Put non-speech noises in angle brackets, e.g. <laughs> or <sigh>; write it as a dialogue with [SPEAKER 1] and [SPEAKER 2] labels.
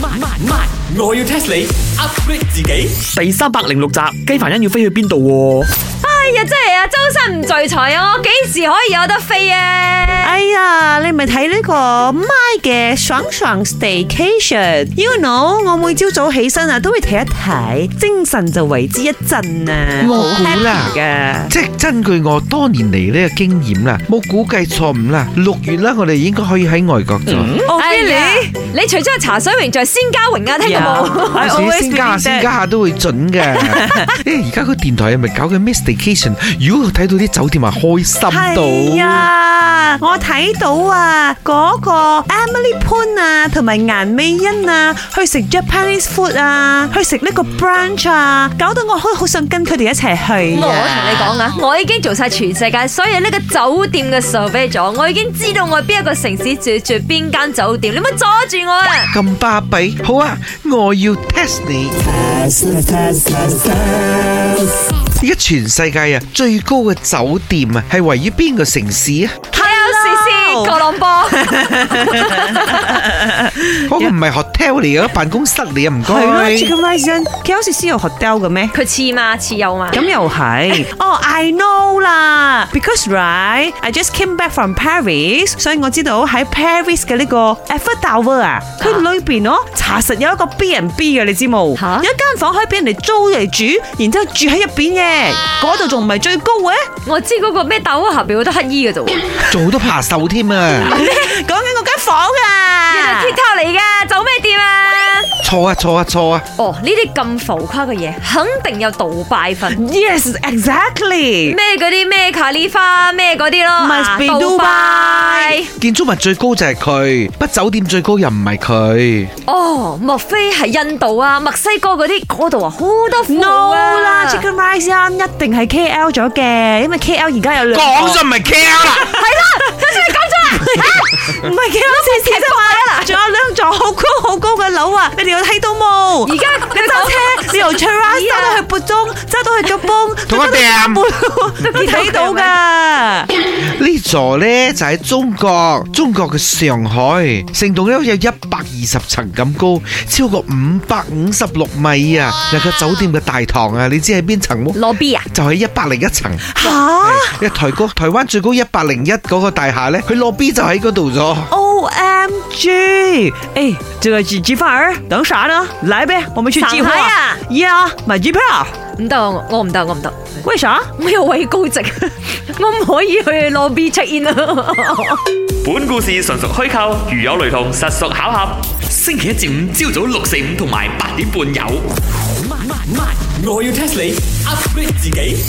[SPEAKER 1] 慢慢慢，我要 test 你 upgrade 自己。
[SPEAKER 2] 第三百零六集，雞凡欣要飛去邊度喎？
[SPEAKER 3] 哎呀，真係啊，周身唔聚財啊！我幾時可以有得飛啊？
[SPEAKER 4] 哎呀，你咪睇呢個 My 嘅爽爽 Staycation。You know，我每朝早起身啊，都會睇一睇，精神就為之一振啊。
[SPEAKER 5] 我估啦
[SPEAKER 4] Happy 㗎
[SPEAKER 5] 即係根據我多年嚟呢個經驗啦，冇估計錯誤啦。六月啦，我哋應該可以喺外國咗。
[SPEAKER 4] 哦
[SPEAKER 3] 哎呀你除咗茶水榮，仲係仙家榮啊，
[SPEAKER 4] Dạ.
[SPEAKER 3] 聽過冇？
[SPEAKER 4] I
[SPEAKER 5] 有時
[SPEAKER 4] always
[SPEAKER 5] 先加下
[SPEAKER 4] believe
[SPEAKER 5] 先
[SPEAKER 4] that
[SPEAKER 5] 加下都會準
[SPEAKER 4] <laughs>
[SPEAKER 5] 嘅。誒，而家個電台係咪搞緊 Miss Station？如果睇到啲酒店啊，開心
[SPEAKER 4] 係
[SPEAKER 5] 到。
[SPEAKER 4] 啊，我睇到啊，嗰、個 à. Emily Poon à. 啊，同埋顏美欣啊，去食 à. Japanese food à. 啊，去食呢個 brunch à. 啊，搞到我好好想跟佢哋一齊去、
[SPEAKER 3] <laughs> 我
[SPEAKER 4] 啊。
[SPEAKER 3] 同你講啊，我已經做晒全世界所有呢個酒店嘅 survey 咗，我已經知道我邊一個城市住住邊間酒店，你唔好阻住我啊！
[SPEAKER 5] 咁巴閉，好啊！我要 test 你。而家全世界啊，最高嘅酒店啊，係位於邊個城市啊？
[SPEAKER 3] 睇下 CC 哥朗波，
[SPEAKER 5] 嗰個唔係 hotel 嚟嘅，辦公室嚟啊，唔
[SPEAKER 4] 係咯
[SPEAKER 5] 該。
[SPEAKER 4] ，Chicken Rising，佢好似先有 hotel 嘅咩？
[SPEAKER 3] <laughs> 佢似嘛似有嘛？
[SPEAKER 4] 咁又 <laughs> 係，哦、i Oh, know 啦，because right, I just came back from Paris，所以我知道喺 Paris 嘅呢個 Eiffel Tower 啊，佢裏邊咯查實有一個 B and B 嘅，你知冇？
[SPEAKER 3] 吓
[SPEAKER 4] 有一間房可以俾人哋租嚟住，然之後住喺入邊嘅，嗰度仲唔係最高 <laughs> 嘅？
[SPEAKER 3] 我知嗰個咩大屋下邊好多乞衣嘅啫喎，
[SPEAKER 5] 做好多扒手添啊！
[SPEAKER 4] 講緊嗰間房
[SPEAKER 3] 原來
[SPEAKER 4] 啊
[SPEAKER 3] 鐵，塔嚟噶，走咩店啊？
[SPEAKER 5] 錯啊錯啊錯啊！
[SPEAKER 3] 哦，呢啲咁浮誇嘅嘢，肯定有杜拜份，
[SPEAKER 4] yes exactly，
[SPEAKER 3] 咩嗰啲咩卡利花咩嗰啲咯
[SPEAKER 4] Must
[SPEAKER 3] 啊
[SPEAKER 4] be
[SPEAKER 3] 杜
[SPEAKER 4] Dubai
[SPEAKER 5] 建築物最高就係佢，不酒店最高又唔係佢。
[SPEAKER 3] 哦，莫非係印度啊、墨西哥嗰啲嗰度啊，好多富
[SPEAKER 4] no
[SPEAKER 3] 豪啊
[SPEAKER 4] 啦，Chicken Rice 啊，一定係 K L 咗嘅，因為 K L 而家有兩個
[SPEAKER 5] 講咗唔係 care 啦。
[SPEAKER 4] 唔係幾多錢啫嘛，仲有兩座好高好高嘅樓啊！你哋有睇到冇？
[SPEAKER 3] 而家
[SPEAKER 4] 你揸車，你由 c h e r a
[SPEAKER 3] 哎啊
[SPEAKER 4] s 揸到去撥中，揸到去腳 <laughs> 崩，
[SPEAKER 5] 同我
[SPEAKER 3] <laughs>
[SPEAKER 5] 掟
[SPEAKER 4] 都睇到噶。
[SPEAKER 5] 呢座呢就喺中國，中國嘅上海，成棟樓有一百二十層咁高，超過五百五十六米啊！嗱，個酒店嘅大堂啊，你知喺邊層冇？
[SPEAKER 3] 羅 B 啊，
[SPEAKER 5] 就喺一百零一層，
[SPEAKER 4] 吓
[SPEAKER 5] 因為台高台灣最高一百零一嗰個大廈呢，佢落 B 就喺嗰度咗。
[SPEAKER 4] ！O M G！哎，這個紙機范兒等啥呢？來唄，我們去計
[SPEAKER 3] 上
[SPEAKER 4] 劃
[SPEAKER 3] 海啊
[SPEAKER 4] 呀，買機票。
[SPEAKER 3] 唔得我我唔得我唔得，
[SPEAKER 4] 為啥？
[SPEAKER 3] 我有畏高症， <laughs> 我唔可以去羅 B check in 啊。
[SPEAKER 1] 本故事純屬虛構，如有雷同，實屬巧合。星期一至五朝早六四五同埋八點半有。我要 test 你 upgrade 自己。